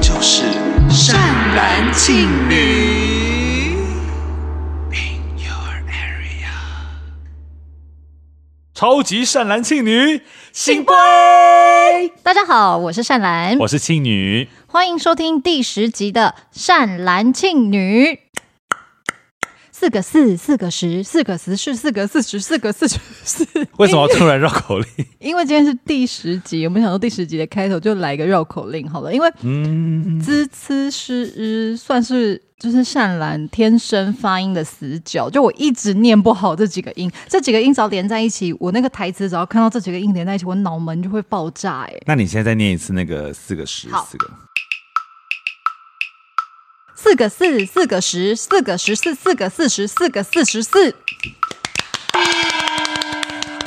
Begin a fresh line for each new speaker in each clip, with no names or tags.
就是善男信女。In your area，
超级善男信女，信杯，
大家好，我是善兰，
我是庆女，
欢迎收听第十集的《善兰庆女》。四个四，四个十，四个十是四个四十，四个四十四。
为什么突然绕口令？
因为今天是第十集，我们想说第十集的开头就来一个绕口令好了。因为
嗯，
滋呲诗日算是就是善兰天生发音的死角，就我一直念不好这几个音，这几个音只要连在一起，我那个台词只要看到这几个音连在一起，我脑门就会爆炸哎、
那你现在再念一次那个四个十
好，
四个
四个四，四个十，四个十四，四个四十，四个四十四。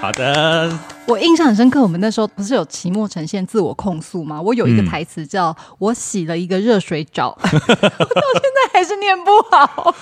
好的，
我印象很深刻，我们那时候不是有期末呈现自我控诉吗？我有一个台词叫“我洗了一个热水澡”，我到现在还是念不好。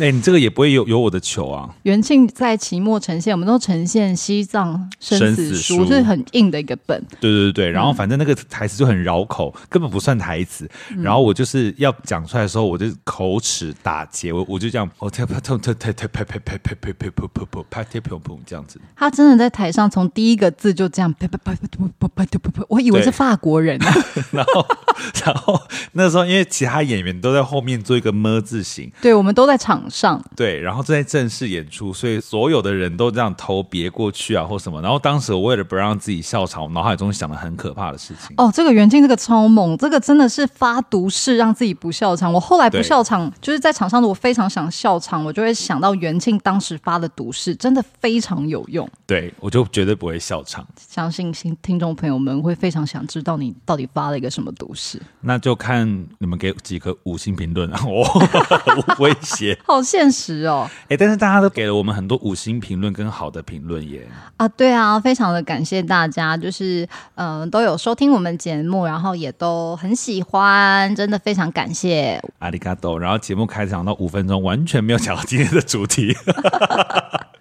哎、你这个也不会有有我的球啊，
元庆在期末呈现，我们都呈现西藏生死书，
生死书
是很硬的一个本。
对对对对，然后反正那个台词就很绕口，根本不算台词。然后我就是要讲出来的时候，我就口齿打结，我我就这样，我跳跳跳跳跳跳跳跳跳跳跳跳跳啪跳跳砰这 样子。
他真的在台上从第一个字就这样，啪啪啪啪啪啪啪啪啪啪我以为
对
是法国人啊。
然后 然后那时候因为其他演员都在后面做一个么字形，
对，我们都在场上，
对，然后正在正式演出，所以所有的人都这样头别过去啊，或什么。然后当时我为了不让自己笑场，我脑海中想了很可怕的事情。
哦，这个袁静这个超猛，这个真的是发毒誓让自己不笑场。我后来不
对
笑场，就是在场上的我非常想笑场，我就会想到袁静当时发的毒誓，真的非常有用。
对，我就绝对不会笑场。
相信新听众朋友们会非常想知道你到底发了一个什么毒誓，
那就看你们给几个五星评论啊，我威胁。
好现实哦
哎，但是大家都给了我们很多五星评论跟好的评论耶。
啊！对啊，非常的感谢大家，就是嗯、呃都有收听我们节目，然后也都很喜欢，真的非常感谢。
阿里嘎多，然后节目开场到五分钟，完全没有讲到今天的主题。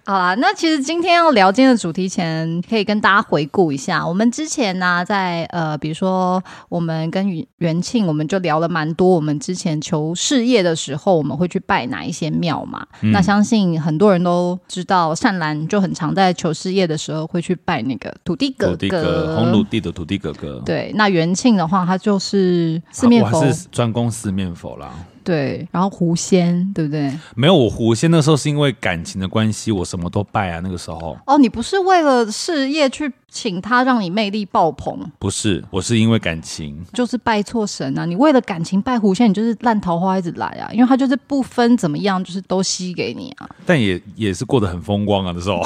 好啦，那其实今天要聊今天的主题前，可以跟大家回顾一下，我们之前呢、在呃，比如说我们跟元元庆，我们就聊了蛮多，我们之前求事业的时候，我们会去拜哪一些庙嘛？
嗯
那相信很多人都知道，善兰就很常在求事业的时候会去拜那个土地哥
土
哥。
地哥，红土地的土地哥哥。
对，那元庆的话，他就是四面
啊
佛
我，还是专攻四面佛啦。
对，然后狐仙，对不对？
没有，我狐仙那时候是因为感情的关系，我什么都拜啊。那个时候
哦，你不是为了事业去请他，让你魅力爆棚？
不是，我是因为感情。
就是拜错神啊！你为了感情拜狐仙，你就是烂桃花一直来啊！因为他就是不分怎么样，就是都吸给你啊！
但也也是过得很风光啊，那时 候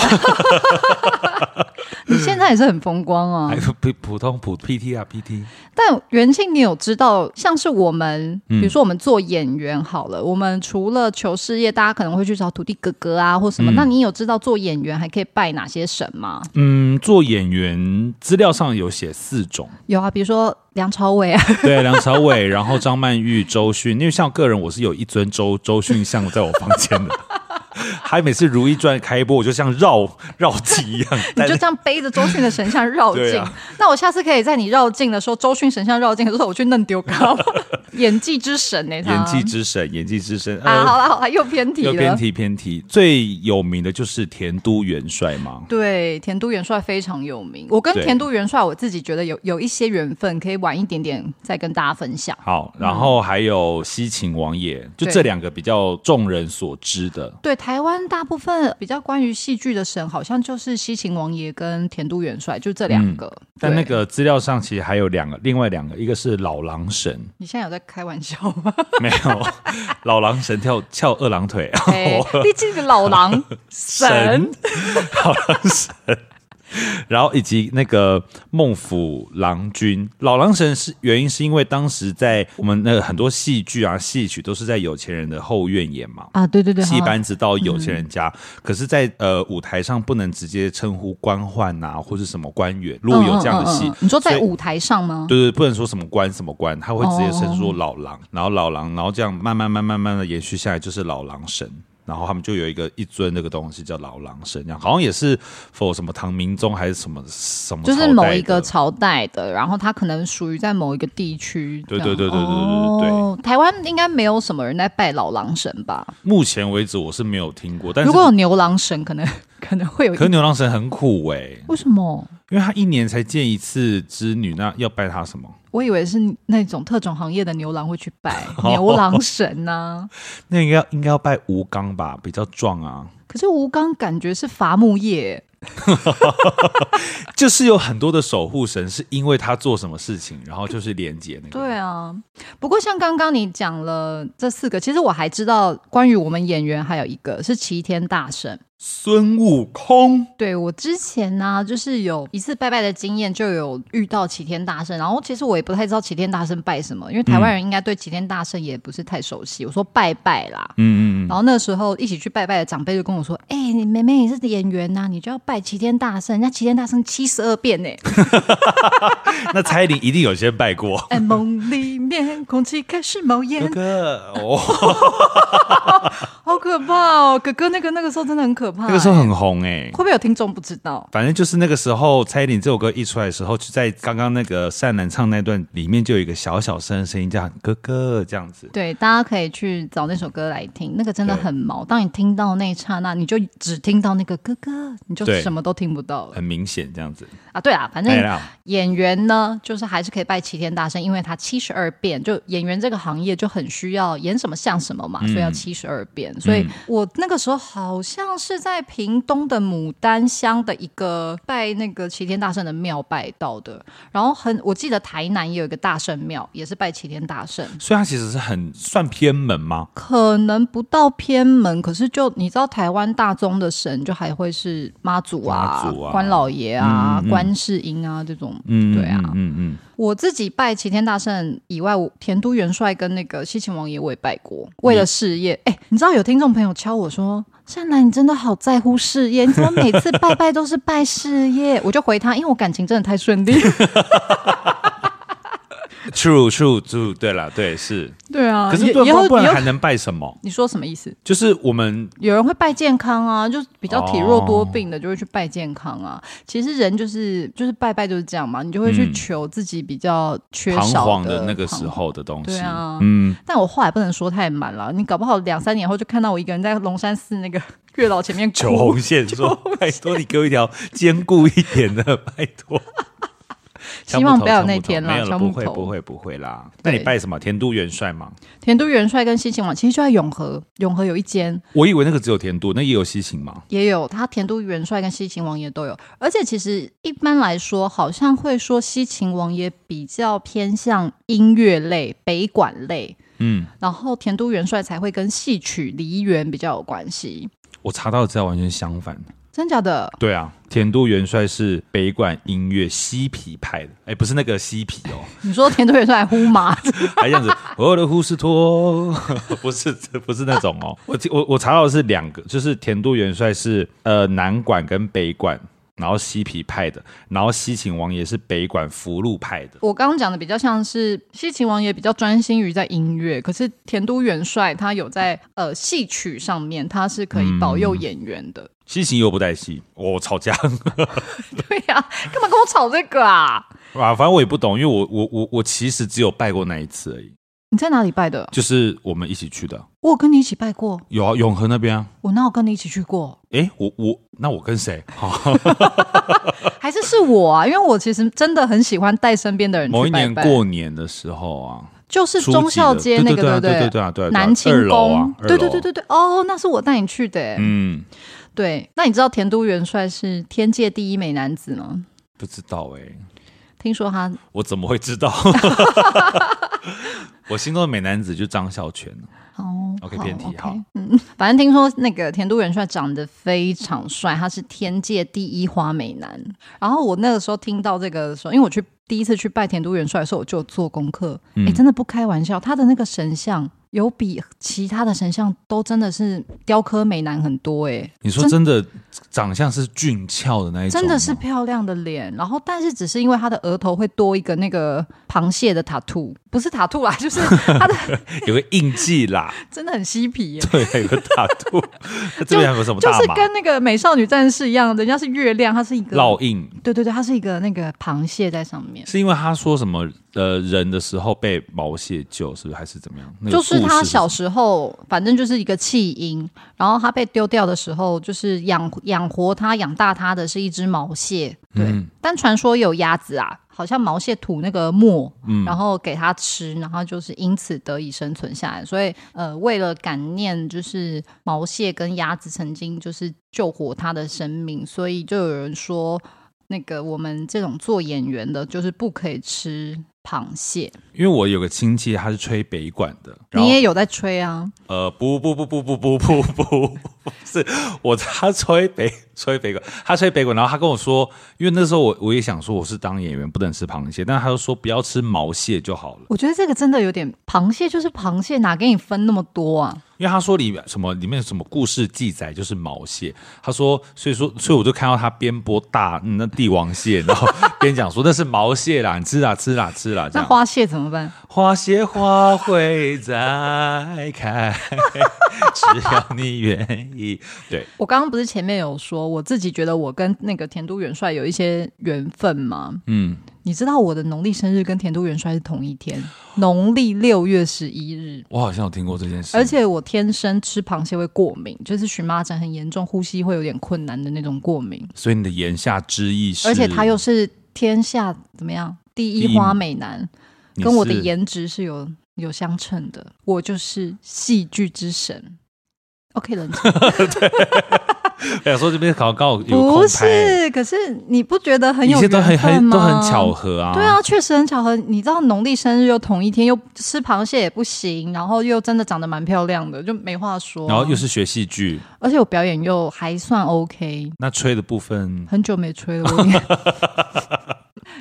你现在也是很风光啊
还。哎普普通普 PT 啊 PT，
但元庆，你有知道，像是我们，
嗯
比如说我们做演员好了，我们除了求事业，大家可能会去找土地哥哥啊或什么。那你有知道做演员还可以拜哪些神吗？
嗯，做演员资料上有写四种，
有啊，比如说梁朝伟啊，
对，梁朝伟，然后张曼玉、周迅，因为像个人我是有一尊周周迅像在我房间的， 还每次《如懿传》开播，我就像绕绕机一样，
你
但
就这样背着周迅的神像绕
对
境。
啊
那我下次可以在你绕境的时候，周迅神像绕境的时候，我去弄丢高， 演技之神呢、欸他
演技之神，演技之神，
啊，
呃
好了好了，又偏题
有
了。
偏题偏题，最有名的就是田都元帅嘛。
对，田都元帅非常有名。我跟
对
田都元帅，我自己觉得有有一些缘分，可以晚一点点再跟大家分享。
好，然后还有西秦王爷，就
嗯对
这两个比较众人所知的。
对，台湾大部分比较关于戏剧的神，好像就是西秦王爷跟田都元帅，就这两个。
嗯但那
对，
个资料上其实还有两个，另外两个，一个是老狼神，
你现在有在开玩笑 吗？
没有老狼神跳翘二郎腿，
哎，
哦
你这个老 狼神，
老狼神，然后以及那个孟府郎君。老狼神是原因是因为当时在我们那个很多戏剧啊戏曲都是在有钱人的后院演嘛，
啊，嗯对对对，
戏
好
班子到有钱人家，可是在，呃舞台上不能直接称呼官宦呐、或是什么官员。如果有这样的戏，
嗯嗯嗯嗯你说在
所以
舞台上吗？
对对，不能说什么官什么官，他会直接称说老狼，然后老狼，然后这样慢慢慢慢慢的延续下来，就是老狼神。然后他们就有一个一尊那个东西叫老狼神，这样好像也是否什么唐明宗还是什么什么朝
就
代的，
是某一个朝代的，然后它可能属于在某一个地区这
对
样。
对对对对对对对
哦，台湾应该没有什么人在拜老狼神吧？
目前为止我是没有听过，但是
如果有牛郎神，可能 可能会有一
可是牛郎神很苦哎、
为什么？
因为他一年才见一次织女，那要拜他什么？
我以为是那种特种行业的牛郎会去 拜牛郎神啊呐、
那应该应该要拜吴刚吧，比较壮啊。
可是吴刚感觉是伐木业，
就是有很多的守护神，是因为他做什么事情，然后就是连接那个。
对啊。不过像刚刚你讲了这四个，其实我还知道关于我们演员还有一个是齐天大圣。
孙悟空，
对我之前呢、就是有一次拜拜的经验，就有遇到齐天大圣。然后其实我也不太知道齐天大圣拜什么，因为
嗯
台湾人应该对齐天大圣也不是太熟悉。我说拜拜啦，
嗯嗯嗯，
然后那时候一起去拜拜的长辈就跟我说：“哎、你妹妹也是演员呐、你就要拜齐天大圣，人家齐天大圣七十二变呢、
那蔡依林一定有先拜过。
哎，梦里面空气开始冒
哥
烟，
哥，哦，
好可怕哦！哥哥那个那个时候真的很可怕、
那个时候
哎
很红哎、
会不会有听众不知道？
反正就是那个时候，蔡依林这首歌一出来的时候，就在刚刚那个善男唱那段里面，就有一个小小声的声音叫“哥哥”这样子。
对，大家可以去找那首歌来听，那个真的
对
很毛。当你听到那一刹那，你就只听到那个哥哥，你就
对
什么都听不到了
很明显，这样子。
啊！对啊，反正
哎呀，
演员呢，就是还是可以拜齐天大圣，因为他七十二变，就演员这个行业就很需要演什么像什么嘛，所以
嗯
要七十二变。所以我那个时候好像是在屏东的牡丹乡的一个拜那个齐天大圣的庙拜到的，然后很我记得台南也有一个大圣庙，也是拜齐天大圣。
所以它其实是很算偏门吗？
可能不到偏门，可是就你知道台湾大宗的神就还会是妈祖啊、
妈祖啊
关老爷啊、
嗯嗯嗯
观世音啊这种，
嗯，
对啊。
嗯嗯
我自己拜齐天大圣以外，我田都元帅跟那个西秦王爷我也拜过，为了事业。哎、你知道有听众朋友敲我说：“善男，你真的好在乎事业，你怎么每次拜拜都是拜事业？”我就回他，因为我感情真的太顺 利。
嗯，true true true，对啦，对是。
对啊，
可是
也
对
以后
方不
以
然
后
还能拜什么？
你说什么意思？
就是我们
有人会拜健康啊，就是比
哦
较体弱多病的就会去拜健康啊。其实人就是就是拜拜就是这样嘛，你就会去
嗯
求自己比较缺
彷
少
徨的那个
彷
时候的东西
对，啊
嗯，
但我话也不能说太满了，你搞不好两三年后就看到我一个人在龙山寺那个月老前面
求红
哭，
线说：“拜托你给我一条坚固一点的，拜托。”
希望不要有
敲木头
那天啦
没有了
敲
不
木
会
头
不会不会啦。那你
对
拜什么？田都元帅吗？
田都元帅跟西秦王其实就在永和，永和有一间
我以为那个只有田都，那也有西秦吗？
也有，他田都元帅跟西秦王爷都有，而且其实一般来说好像会说西秦王爷比较偏向音乐类、北管类，
嗯，
然后田都元帅才会跟戏曲、梨园比较有关系，
我查到的资料完全相反。
真假的？
对啊，田都元帅是北管音乐嬉皮派的，哎，不是那个嬉皮哦，
你说田都元帅还呼麻？
还这样子，我的护士托， 不是不是那种哦。我我我查到的是两个，就是田都元帅是呃南管跟北管，然后西皮派的，然后西秦王爷是北管福禄派的。
我刚刚讲的比较像是西秦王爷比较专心于在音乐，可是田都元帅他有在呃戏曲上面，他是可以保佑演员的。
西秦又不带西，我哦吵架
对呀、干嘛跟我吵这个啊？
啊，反正我也不懂，因为我我我我其实只有拜过那一次而已，
你在哪里拜的？
就是我们一起去的，
我有跟你一起拜过，
有啊，永和那边啊。
我哪有跟你一起去过？
诶，我我那我跟 谁？好，
还是是我啊？因为我其实真的很喜欢带身边的人
某
去
一
拜
年
拜。
过年的时候啊，
就是
初
忠
级
孝
的
街那
对
个，
对
不
对对对啊对啊对啊
南
二
清
楼啊
宫，
二
对对
楼
对对对，哦，那是我带你去的欸。
嗯，
对，那你知道田都元帅是天界第一美男子吗？
不知道诶。
听说他
我怎么会 知道？我心中的美男子就张孝全啊
哦
OK，
好
偏题
OK
好
嗯， 反正听说那个田都元帅长得非常帅，他是天界第一花美男。然后我那个时候听到这个的时候，因为我
嗯
去第一次去拜田都元帅的时候，我就有做功课，哎、真的不开玩笑，他的那个神像。有比其他的神像都真的是雕刻美男很多哎、
你说真的，长相是俊俏的那一种吗，
真的是漂亮的脸，然后但是只是因为他的额头会多一个那个螃蟹的塔兔，不是塔兔啦， 就是他的
有个印记 啦，
真的很嬉皮耶、
对，还有个大 肚， 这边还有什么
就
大
是
码？
跟那个美少女战士一样，人家是月亮，它是一个
烙印
对对对，它是一个那个螃蟹在上面，
是因为他说什么呃人的时候被毛蟹救，是不是还是怎么样？那个
就
故事
是
是
他小时候，反正就是一个弃婴，然后他被丢掉的时候，就是养养活他、养大他的是一只毛蟹，对。
嗯
但传说有鸭子啊，好像毛蟹吐那个沫，
嗯
然后给它吃，然后就是因此得以生存下来。所以，呃，为了感念就是毛蟹跟鸭子曾经就是救活他的生命，所以就有人说，那个我们这种做演员的，就是不可以吃螃蟹。
因为我有个亲戚他是吹北管的，然
你
后
也有在吹啊？
呃不不不不不不不不不是我他吹北吹北管，他吹北管，然后他跟我说，因为那时候我我也想说我是当演员不能吃螃蟹，但他就说不要吃毛蟹就好了。
我觉得这个真的有点，螃蟹就是螃蟹，哪给你分那么多啊？
因为他说里面什么里面什么故事记载就是毛蟹，他说，所以说，所以我就看到他边剥大、嗯那帝王蟹，然后边讲说那是毛蟹啦，你吃啦吃啦吃啦，这
那
样
花蟹怎么办？
花谢花会再开， 只要你愿意。对，
我刚刚不是前面有说，我自己觉得我跟那个田都元帅有一些缘分吗？
嗯，
你知道我的农历生日跟田都元帅是同一天，农历六月十一日。
我好像有听过这件事，
而且我天生吃螃蟹会过敏，就是荨麻疹很严重，呼吸会有点困难的那种过敏。
所以你的言下之意是，
而且 他又是天下怎么样第
第
一
一
花美男，
你
跟我的
是
颜值是有有相称的，我就是戏剧之神。OK，冷静，
我想哎说这边好像 刚好有空
不
拍，
是，可是你不觉得很
一
有
切
缘
都很
分
很
吗？
都很巧。合啊，
对啊，确实很巧合。你知道农历生日又同一天，又吃螃蟹也不行，然后又真的长得蛮漂亮的，就没话说。
然后又，是学戏剧，
而且我表演又还算 OK，
那吹的部分
很久没吹了，我有 点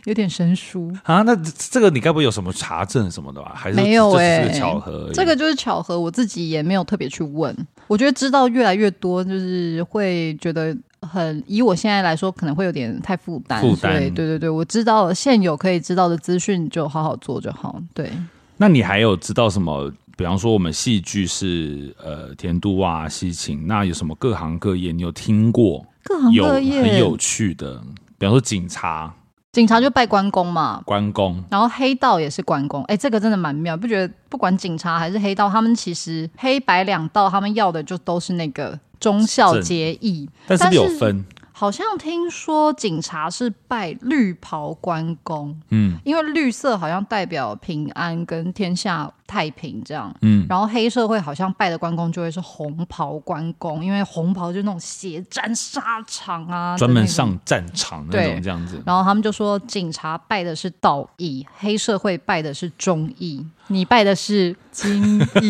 有点生疏。
啊，那这这个你该不会有什么查证什么的吧？还是
没有
哎、这
欸
只是巧合而已？
这个就是巧合，我自己也没有特别去问。我觉得知道越来越多，就是会觉得很，以我现在来说，可能会有点太负担。
负担
所以对对对，我知道了现有可以知道的资讯，就好好做就好。对，
那你还有知道什么？比方说我们戏剧是呃甜度啊、西芹，那有什么各行各业你有听过
各行
有
各业，
很有趣的？比方说警察、
警察就拜关公嘛。
关公，
然后黑道也是关公，哎，这个真的蛮妙，不觉得？不管警察还是黑道，他们其实黑白两道，他们要的就都是那个忠孝
正
节义。
但是
但
不
是
是有分？
好像听说警察是拜绿袍关公，
嗯
因为绿色好像代表平安跟天下太平这样。
嗯，
然后黑社会好像拜的关公就会是红袍关公，因为红袍就那种血战沙场啊，
专门
的那种。
上战场那
对
种这样子。
然后他们就说，警察拜的是道义，黑社会拜的是忠义，你拜的是精益，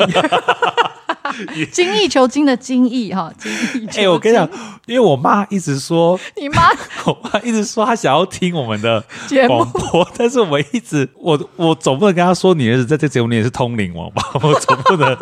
精益求精的精益哈，精益求
哎、
精。
我跟你讲，因为我妈一直说，
你妈
我妈一直说她想要听我们的
节目
广播，但是我一直我我总不能跟她说你儿子在这节目里也是通灵王吧？ 我总不能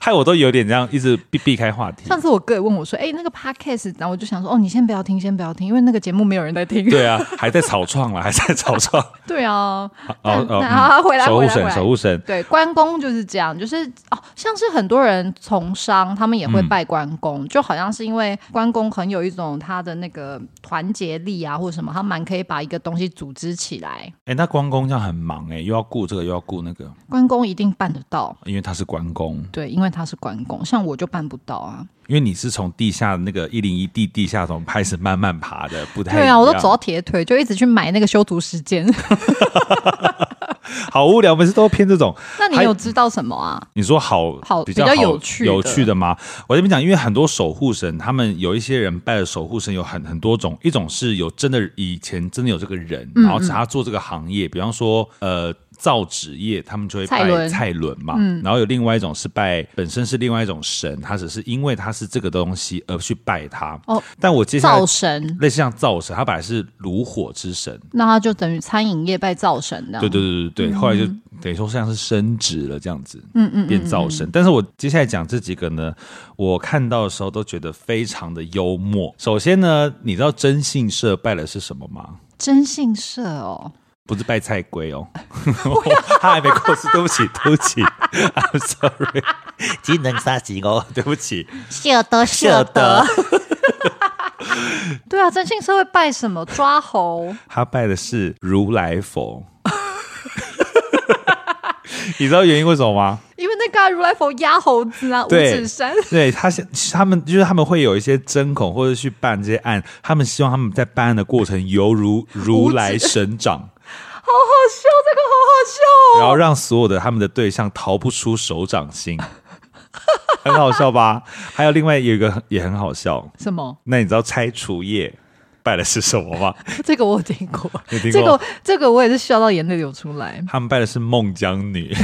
害我都有点这样一直避避开话题。
上次我哥也问我说：“哎、那个 podcast，然后我就想说，哦，你先不要听，先不要听，因为那个节目没有人在听。
对啊，还在草创了，还在草创。
对啊，
哦
那
哦，
那 好
嗯
回来
守护
回来回
神，
来
守护神。
对，关公就是这样，就是哦，像是很多人从商，他们也
嗯
会拜关公，就好像是因为关公很有一种他的那个团结力啊，或者什么，他蛮可以把一个东西组织起来。
哎、那关公这样很忙哎、又要顾这个，又要顾那个，
关公一定办得到，
因为他是关公，
对，因为他是关公，像我就办不到啊。
因为你是从地下那个一零一地地下从开始慢慢爬的，不太
对啊，我都
一样
走到铁腿，就一直去买那个修图时间。
好无聊，每次都偏这种。
那你
还
有知道什么啊？
你说好
好
比较
比
好
较有趣的
有趣的吗？我这边讲，因为很多守护神，他们有一些人拜的守护神有很很多种，一种是有真的以前真的有这个人，
嗯
然后只他做这个行业，比方说呃。造纸业，他们就会
蔡
拜
伦嗯
蔡伦嘛，然后有另外一种是拜本身是另外一种神，他只是因为他是这个东西而去拜他。
哦，
但我接下来
灶神。
类似像灶神，他本来是炉火之神，
那他就等于餐饮业拜灶神这样。
对对对对对，后来就等于说像是升职了这样子，
嗯嗯，
变噪声。但是我接下来讲这几个呢，我看到的时候都觉得非常的幽默。首先呢，你知道征信社拜的是什么吗？
征信社哦，
不是拜菜 龟哦，嗨，没过是对不起，对不起，I'm sorry，只能杀鸡哦，对不起，
舍得舍得。对啊，征信社会拜什么？抓 猴？
他拜的是如来佛。 你知道原因为什么吗？
因为那个啊、如来佛压猴子啊，五
对
指山。
对他现，他们就是他们会有一些针孔，或者去办这些案，他们希望他们在办案的过程犹如如来神掌，
好好笑，这个好好笑哦！
然后让所有的他们的对象逃不出手掌心， 很好笑吧？还有另外有一个很也很好笑，
什么？
那你知道拆除业拜的是什么吗？
这个我有听过，
你听过
这个这个我也是笑到眼泪流出来。
他们拜的是孟姜女。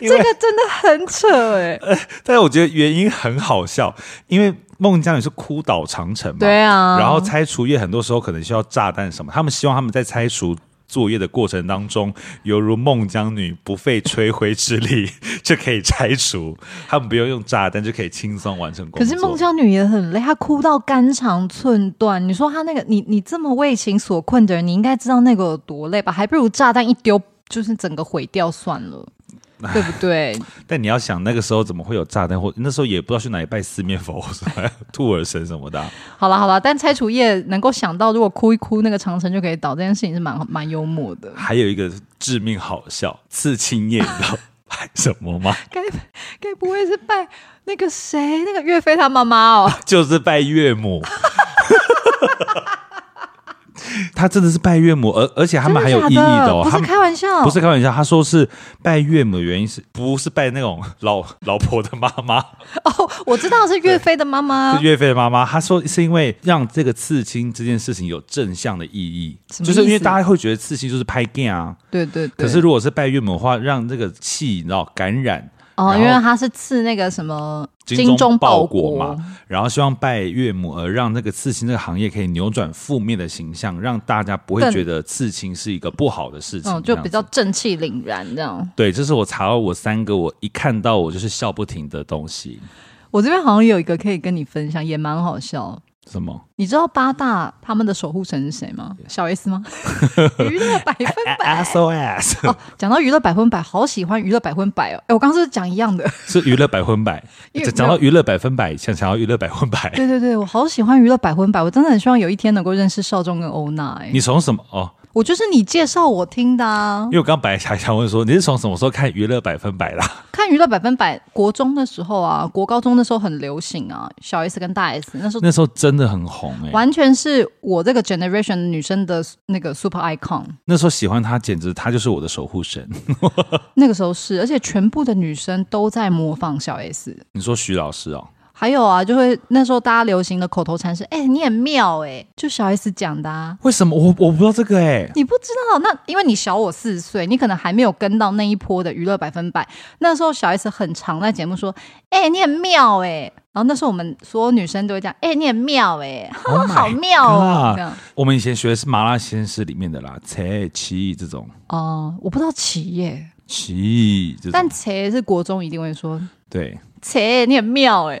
因
这
为
个真的很扯哎、
但是我觉得原因很好笑，因为孟姜女是哭倒长城嘛，
对啊
然后拆除业很多时候可能需要炸弹什么，他们希望他们在拆除。作业的过程当中，犹如孟姜女不费吹灰之力就可以拆除，他们不用用炸弹就可以轻松完成工
可
作。
是孟姜女也很累，她哭到肝肠寸断。你说她那个，你你这么为情所困的人，你应该知道那个有多累吧？还不如炸弹一丢，就是整个毁掉算 了，对不对？
但你要想那个时候怎么会有炸弹，或那时候也不知道去哪里拜四面佛、什么兔儿神什么的啊、
好了好了，但拆除业能够想到，如果哭一哭，那个长城就可以倒，这件事情是蛮蛮幽默 的。
还有一个致命好笑，刺青业，你知道 拜什么吗？
该该不会是拜那个谁，那个岳飞他妈妈哦？
就是拜岳母。 他真的是拜岳母，而而且 他们还有意义的哦，
真假
他
不
们
是开玩笑，
不是开玩笑，他说是拜岳母的原因是不是拜那种 老老婆的妈妈，
哦，我知道是岳飞的妈妈
是。岳飞的妈妈？他说是因为让这个刺青这件事情有正向的意义，
什么
就是因
意
为
思
大家会觉得刺青就是拍 gay 啊，
对对对，
可是如果是拜岳母的话，让这个气你知道感染
哦，
然
因为
后
他是刺那个什么
忠
报
国嘛，然后希望拜岳母，而让那个刺青这个行业可以扭转负面的形象，让大家不会
更
觉得刺青是一个不好的事情。
嗯，就
这样
比
子
较正气凛然这样。
对，这是我查到我三个，我一看到我就是笑不停的东西。
我这边好像有一个可以跟你分享，也蛮好笑。
什么？
你知道八大他们的守护神是谁吗？小 S 吗？娱乐百分百
SOS
哦，讲到娱乐百分百，好喜欢娱乐百分百哦。哎，我刚刚是不是讲一样的？
是娱乐百分百，
因为
讲到娱乐百分百，想想要娱乐百分百，
对对对，我好喜欢娱乐百分百，我真的很希望有一天能够认识少中跟欧娜、哎
你，从什么？哦，
我就是你介绍我听的啊
因。为我刚本来还想问说，你是从什么时候看娱乐百分百啦？
看娱乐百分百，国中的时候啊，国高中的时候很流行啊，小 S 跟大 S 那时候
那时候真的很红哎、
完全是我这个 generation 女生的那个 super icon。
那时候喜欢他，简直他就是我的守护神。
那个时候是，而且全部的女生都在模仿小 S。
你说徐老师哦，
还有啊，就会那时候大家流行的口头禅是：“哎、你很妙哎、就小 S 讲的啊。
为什么我我不知道这个哎、
你不知道，那因为你小我四岁，你可能还没有跟到那一波的娱乐百分百。那时候小 S 很常在节目说：“哎、你很妙哎、然后那时候我们所有女生都会讲：“哎、你很妙哎、
Oh my
好妙哦、
God
这样
啊我们以前学的是麻辣鲜师里面的啦，切奇这种
哦、我不知道奇耶、
奇这
但
种，
切是国中一定会说
对，
切，你很妙 哎、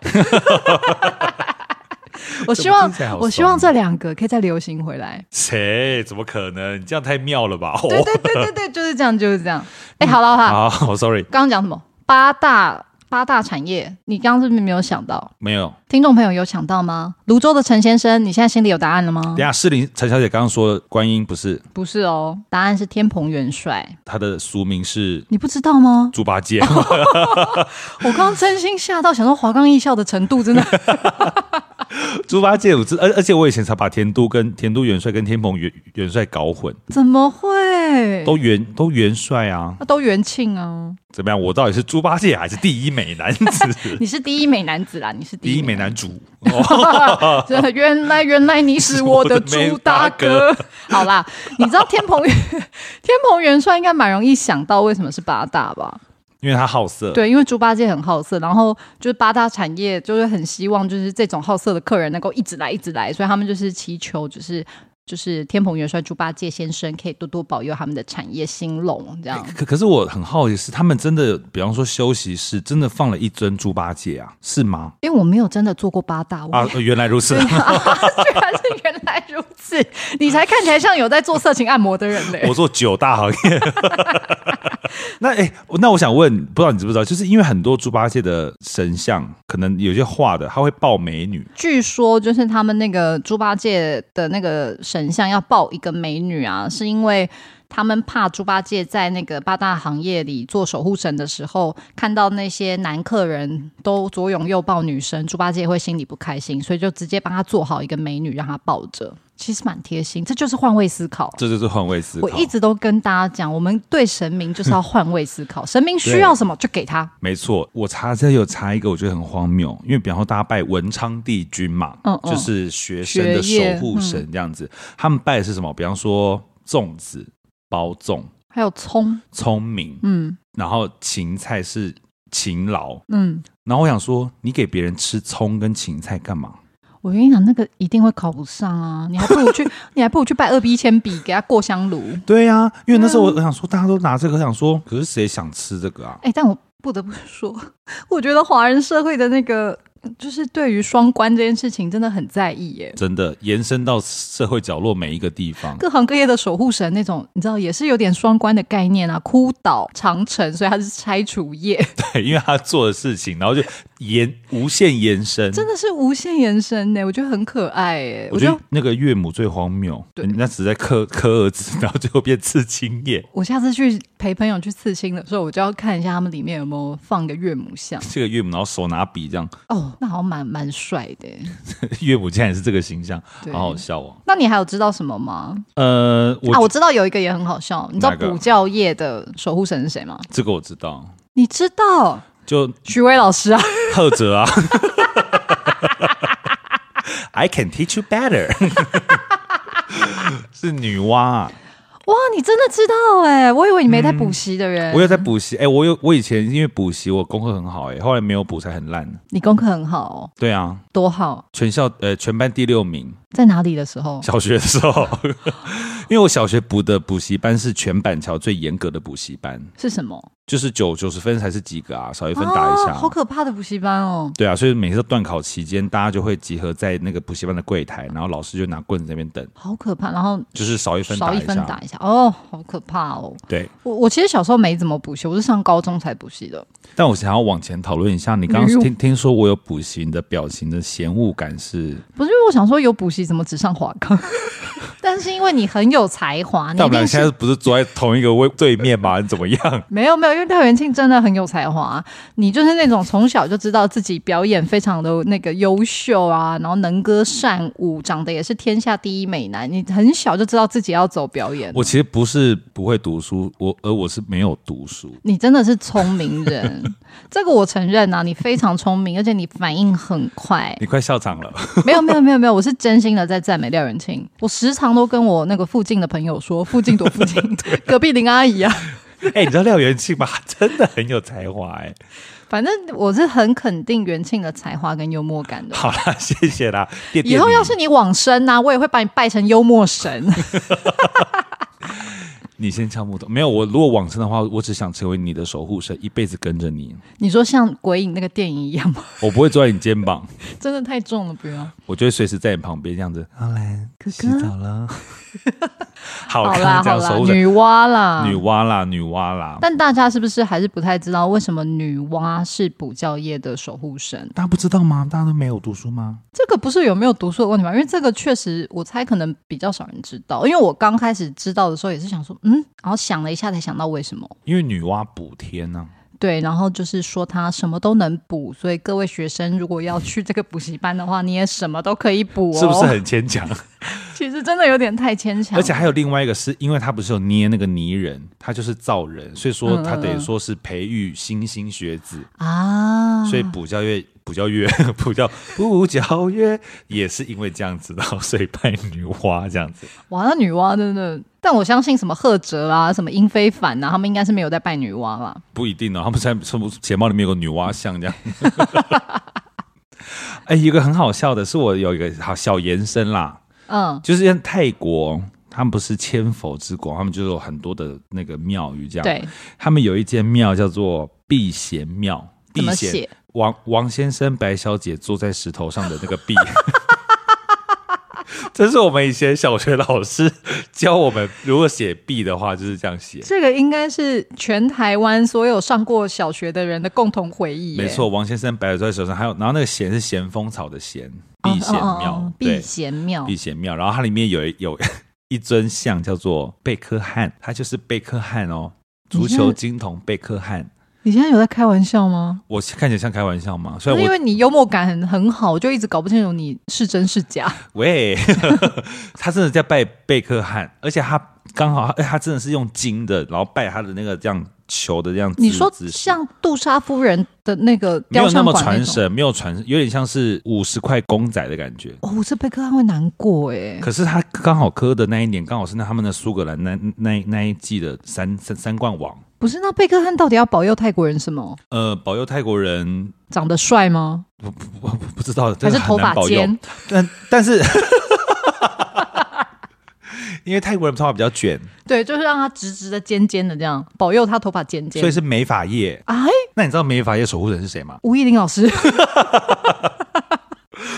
我希
这
望
听起来好，啊爽
我希望这两个可以再流行回来。
切怎么可能？你这样太妙了吧？
对对对对对，就是这样，就是 这样。哎、好了好了，
哦，好、s o r r y
刚刚讲什么？八大八大产业，你刚刚是不是没有想到？
没有。
听众朋友有想到吗？泸州的陈先生，你现在心里有答案了吗
等一？下，诗林陈小姐刚刚说观音不是
不是哦，答案是天蓬元帅。
她的俗名是
你不知道 吗？
猪八戒，
哦我刚刚真心吓到，想说华冈艺校的程度真的
猪八戒我知，而而且我以前才把田都跟田都元帅跟天蓬元元帅搞混，
怎么会？
都元都元帅啊，
那都元庆啊！
怎么样？我到底是猪八戒还是第一美男 子？
你是第一美男子啦，你是
第一
美
美
男
男主，哦，
真的，原来原来你是 我的猪大哥。 好啦，你知道天蓬元 天蓬元帅应该蛮容易想到为什么是八大吧？
因为他好色，
对，因为猪八戒很好色，然后就是八大产业就是很希望就是这种好色的客人能够一直来一直来，所以他们就是祈求就是。就是天蓬元帅猪八戒先生可以多多保佑他们的产业兴隆，这样。
可可是我很好奇，是他们真的，比方说休息室真的放了一尊猪八戒啊？是吗？
因为我没有真的做过八大，我
啊，原来如此。
居然是原来如此，你才看起来像有在做色情按摩的人嘞。
我做九大行业。 那哎、那我想问，不知道你知不知道，就是因为很多猪八戒的神像，可能有些画的他会抱美女，
据说就是他们那个猪八戒的那个神像要抱一个美女啊，是因为他们怕猪八戒在那个八大行业里做守护神的时候，看到那些男客人都左拥右抱女生，猪八戒会心里不开心，所以就直接帮他做好一个美女让他抱着，其实蛮贴心，这就是换位思考。
这就是换位思考。
我一直都跟大家讲，我们对神明就是要换位思考，神明需要什么就给他。
没错，我查这有查一个，我觉得很荒谬，因为比方说大家拜文昌帝君嘛，
嗯嗯
就是学嗯生的守护神这样子，他们拜的是什么？比方说粽子、包粽、
还有葱，
聪明，
嗯
然后芹菜是勤劳。
嗯，
然后我想说，你给别人吃葱跟芹菜干嘛？
我跟你讲，那个一定会考不上啊！你还不如 去，你还不如去拜二逼铅笔，给他过香炉。
对呀、因为那时候我我想说，大家都拿这个，我想说，可是谁想吃这个啊？
哎、但我不得不说， 我觉得华人社会的那个，就是对于双关这件事情真的很在意耶。
真的延伸到社会角落每一个地方。
各行各业的守护神那种，你知道也是有点双关的概念啊。枯岛长城，所以它是拆除业，
对， 因为他做的事情，然后就延无限延伸。
真的是无限延伸呢。我觉得很可爱耶。
我
觉
觉
得
得那个岳母最荒谬，
对
人家只在磕磕儿子，然后最后变刺青叶。
我下次去陪朋友去刺青的时候，我就要看一下他们里面有没有放个岳母像。
这个岳母，然后手拿笔这样，
哦，那好像蛮蛮帅的耶。
岳母竟然也是这个形象，
对
好好笑哦。
那你还有知道什么吗？
呃，我、
啊，我知道有一个也很好笑，你知道
哪个
补教业的守护神是谁吗？
这个我知道，
你知道
就
徐威老师啊，
赫哲啊。I can teach you better，是女娲、啊。
哇，你真的知道哎、我以为你没在补习的人，
我有在补习，哎、我有我以前因为补习我功课很好、哎，后来没有补才很烂。
你功课很好、哦，
对啊，
多好，
全校呃全班第六名，
在哪里的时候？
小学的时候， 因为我小学补的补习班是全板桥最严格的补习班，
是什么？
就是九九十分才是及格啊，少一分打一下。
啊好可怕的补习班哦！
对啊，所以每次到断考期间，大家就会集合在那个补习班的柜台，然后老师就拿棍子在那边等，
好可怕，然后
就是少一分
少
打
一
一
分
下。
打一下，哦，好可怕哦！
对，
我我其实小时候没怎么补习，我是上高中才补习的。
但我想要往前讨论一下，你刚
哎
刚
呦
听听说我有补习你的表情的嫌恶感是，
不是因为我想说有补习怎么只上华冈， 但是因为你很有才华，你
但
一
我们
定
俩现在
是
不是坐在同一个位对面吗？你怎么样？
没有没有，因为廖元庆真的很有才华，你就是那种从小就知道自己表演非常的那个优秀啊，然后能歌善舞，长得也是天下第一美男，你很小就知道自己要走表演。
我其实不是不会读书，我而我是没有读书。
你真的是聪明人，这个我承认啊，你非常聪明，而且你反应很快。
你快笑场了。
没有没有没有没有，我是真心的在赞美廖元庆。我时常都跟我那个附近的朋友说，附近多附 近，隔壁林阿姨啊。
哎、你知道廖元庆吗？ 他真的很有才华哎、
反正我是很肯定元庆的才华跟幽默感的。
好啦， 谢谢啦，垫垫
以后
你
要是你往生呐、我也会把你拜成幽默神。
你先敲木头，没有我，如果往生的话，我只想成为你的守护神，一辈子跟着你。
你说像鬼影那个电影一样吗？
我不会坐在你肩膀，
真的太重了，不要。
我就会随时在你旁边这样子。好兰，
哥
洗澡了。 好
好啦
看，这
好
样
啦
守，护神，
女啊娲啦，
女娲啦，女娲啦。
但大家是不是还是不太知道为什么女娲是补教业的守护神？
大家不知道吗？大家都没有读书吗？
这个不是有没有读书的问题吗？因为这个确实，我猜可能比较少人知道。因为我刚开始知道的时候也是想说，嗯，然后想了一下才想到为什么。
因为女娲补天啊呢、
对，然后就是说她什么都能补，所以各位学生如果要去这个补习班的话，你也什么都可以补哦。
是不是？很牵 强？
其实真的有点太牵强。
而且还有另外一个是，因为他不是有捏那个泥人，他就是造人，所以
嗯
说他等于说是培育新兴学子。
啊，
所以补教乐、 补教乐、补教补教乐也是因为这样子，然后所以拜女娲这样子。
哇，那女娲真的，但我相信什么赫哲啊、什么英非凡啊，他们应该是没有在拜女娲啦。
不一定哦，他们在什么钱包里面有个女娲像这 样。哎，一个很好笑的是，我有一个好小延伸啦，
嗯，
就是像泰国，他们不是千佛之国，他们就有很多的那个庙宇这样。，
对，
他们有一间庙叫做避嫌庙，避
怎么
嫌
写
王王先生、白小姐坐在石头上的那个 避。这是我们以前小学老师教我们，如果写避的话就是这样写。
这个应该是全台湾所有上过小学的人的共同回忆。
没，错，王先生白坐在手上，还有然后那个咸是咸丰草的咸，避嫌
哦哦
庙
哦，
对
避嫌庙
避嫌庙。然后它里面有一有一尊像叫做贝克汉，他就是贝克汉哦，
你
足
现
球
在
金童贝克汉。
你现在有在开玩笑吗？
我看起来像开玩笑吗？虽
不
然
是因
我
为你幽默感很很好，我就一直搞不清楚你是真是假。
喂，他真的在拜贝克汉，而且他刚好他他真的是用金的，然后拜他的那个这样球的这样姿。
你说
姿势
像杜莎夫人的那个
没
雕
有那
像
么
馆
传
种，
神，没有传神，有点像是五十块公仔的感觉。
哦，这贝克汉会难过哎。
可是他刚好磕的那一年，刚好是那他们的苏格兰那那那一季的三三三冠王，
不是，那贝克汉到底要保佑泰国人什么？
呃，保佑泰国人，
长得帅吗？
我不我不不知道，
还
真
是
的
头
很
发
难保佑
尖。？
但但是， 因为泰国人头发比较卷，
对，就是让他直直的、尖尖的这样，保佑他头发尖尖。
所以是美发业。
哎，
那你知道美发业守护人是谁吗？
吴亦林老 师，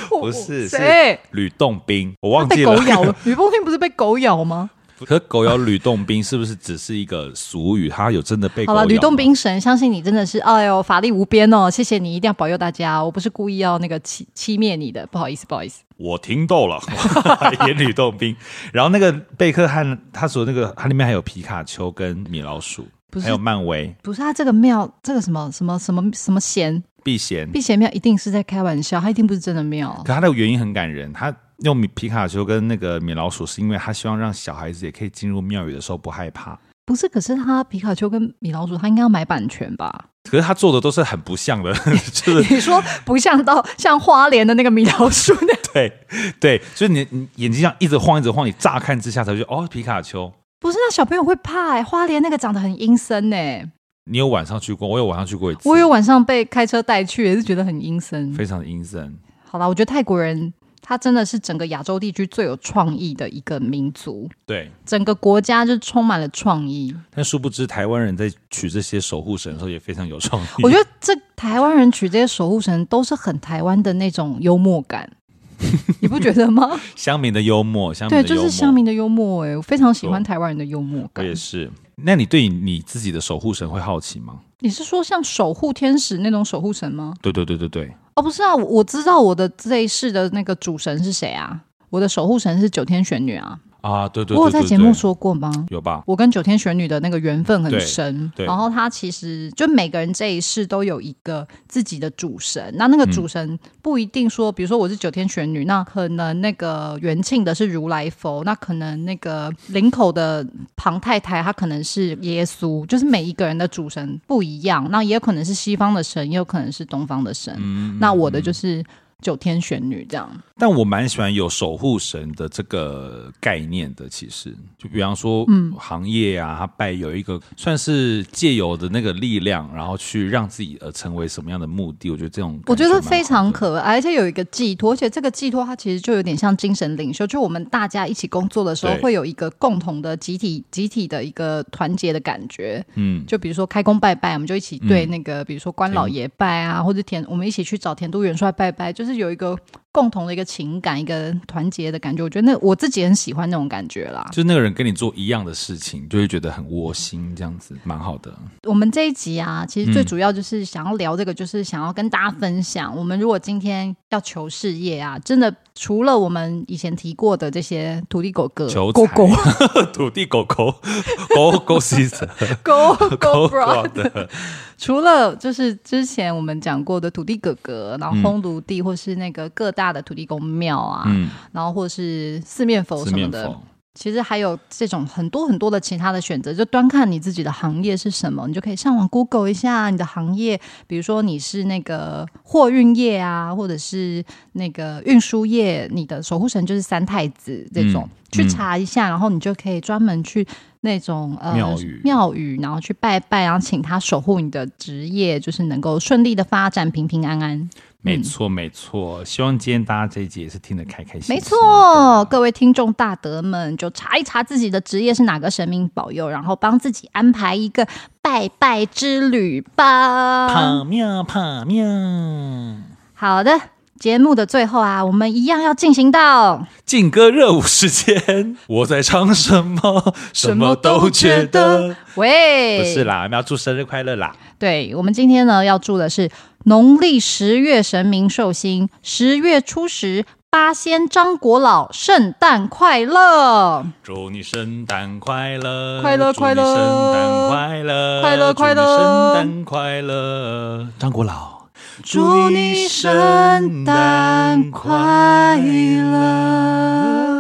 不是，是
哦谁？
吕洞宾，我忘记
哎被
了
狗。咬了。吕洞宾不是被狗咬吗？
可狗咬吕洞宾是不是只是一个俗语？他有真的被狗
好
咬吗？
了，吕洞宾神，相信你真的是，哎呦，法力无边哦！谢谢你，一定要保佑大家。我不是故意要那个欺欺灭你的，不好意思，不好意思。
我听到了， 演吕洞宾。然后那个贝克汉，他说那个它里面还有皮卡丘跟米老鼠
不，是
还有漫威、
不是他啊这个庙，这个什么什么什么什么贤
避嫌。
避嫌庙，一定是在开玩笑，他一定不是真的庙。
可他的原因很感人，他用米皮卡丘跟那个米老鼠，是因为他希望让小孩子也可以进入庙宇的时候不害怕。
不是，可是他皮卡丘跟米老鼠，他应该要买版权吧？
可是他做的都是很不像的， 就是
你说不像到像花莲的那个米老鼠那样，
对对，所以你你眼睛这样一直晃一直晃，你乍看之下才会觉得哦，皮卡丘。
不是那小朋友会怕哎、花莲那个长得很阴森呢、
你有晚上去过？我有晚上去过一次，
我有晚上被开车带去，也是觉得很阴森。
非常的阴森。
好啦，我觉得泰国人他真的是整个亚洲地区最有创意的一个民族，
对，
整个国家就充满了创意。
但殊不知台湾人在取这些守护神的时候也非常有创意。
我觉得这台湾人取这些守护神都是很台湾的那种幽默感，你不觉得吗？
乡民的幽默，乡民
对，
的幽
就
默，
是乡民的幽默、哎，我非常喜欢
没
台湾人的幽默
我
感
也。是。那你对你自己的守护神会好奇吗？
你是说像守护天使那种守护神吗？
对对对对对，
哦，不是啊，我我知道我的这一世的那个主神是谁啊？我的守护神是九天玄女啊。
啊，对对对对
我有在
对
节目说过吗？
有吧？
我跟九天玄女的那个缘分很深，
对对
然后她其实就每个人这一世都有一个自己的主神，那那个主神不一定说，比如说我是九天玄女，那可能那个元庆的是如来佛，那可能那个林口的庞太太她可能是耶稣，就是每一个人的主神不一样，那也有可能是西方的神，也有可能是东方的
嗯
神，那我的就是九天玄女这样，
但我蛮喜欢有守护神的这个概念的，其实就比方说，
嗯
行业啊，它拜有一个算是借由的那个力量，然后去让自己呃成为什么样的目的，我觉得这种
我觉得
感蛮
非
好
常
的
可爱，而且有一个寄托，而且这个寄托它其实就有点像精神领袖，就我们大家一起工作的时候
对
会有一个共同的集体集体的一个团结的感觉。
嗯，
就比如说开工拜拜，我们就一起对那个、比如说关老爷拜啊，或者田，我们一起去找田都元帅拜拜，就是有一个共同的一个情感，一个团结的感觉。我觉得那我自己很喜欢那种感觉啦。
就是那个人跟你做一样的事情，就会觉得很窝心，这样子蛮好的。
我们这一集啊，其
嗯
实最主要就是想要聊这个，就是想要跟大家分享，我们如果今天要求事业啊，真的除了我们以前提过的这些土地狗哥、
求
呃狗
财
狗、
土地狗狗 狗狗 season
狗 狗
狗狗
bro，
的，
除了就是之前我们讲过的土地哥哥，然后烘炉地或是那个各大的土地公庙啊，
嗯，
然后或是四面佛
四
什么
面
的，嗯
佛。
其实还有这种很多很多的其他的选择，就端看你自己的行业是什么，你就可以上网 Google 一下你的行业，比如说你是那个货运业啊，或者是那个运输业，你的守护神就是三太子这种，
嗯
去查一下，然后你就可以专门去那种呃
庙宇
庙宇，然后去拜拜，然后请他守护你的职业，就是能够顺利的发展，平平安安。
没错，没错。希望今天大家这一集也是听得开开心心。
没，错，各位听众大德们，就查一查自己的职业是哪个神明保佑，然后帮自己安排一个拜拜之旅吧。
怕喵怕喵，
好的，节目的最后啊，我们一样要进行到
劲歌热舞时间， 我在唱什么？什么都觉得。。
喂，
不是啦，我们要祝生日快乐啦！
对我们今天呢要祝的是农历十月神明寿星，十月初十八仙张国老圣诞快乐！
祝你圣诞快乐，
快乐
祝你
快乐
圣诞快乐，
快乐快乐
祝你圣诞快乐，张国老，
祝你圣诞快乐！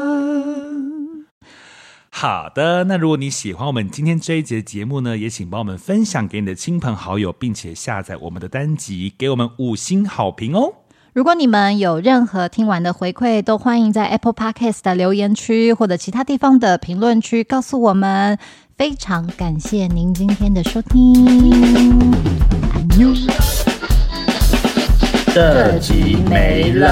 好的，那如果你喜欢我们今天这一节的节目呢，也请帮我们分享给你的亲朋好友，并且下载我们的单集，给我们五星好评哦。
如果你们有任何听完的回馈，都欢迎在 Apple Podcast 的留言区或者其他地方的评论区告诉我们。非常感谢您今天的收听。
这集没了。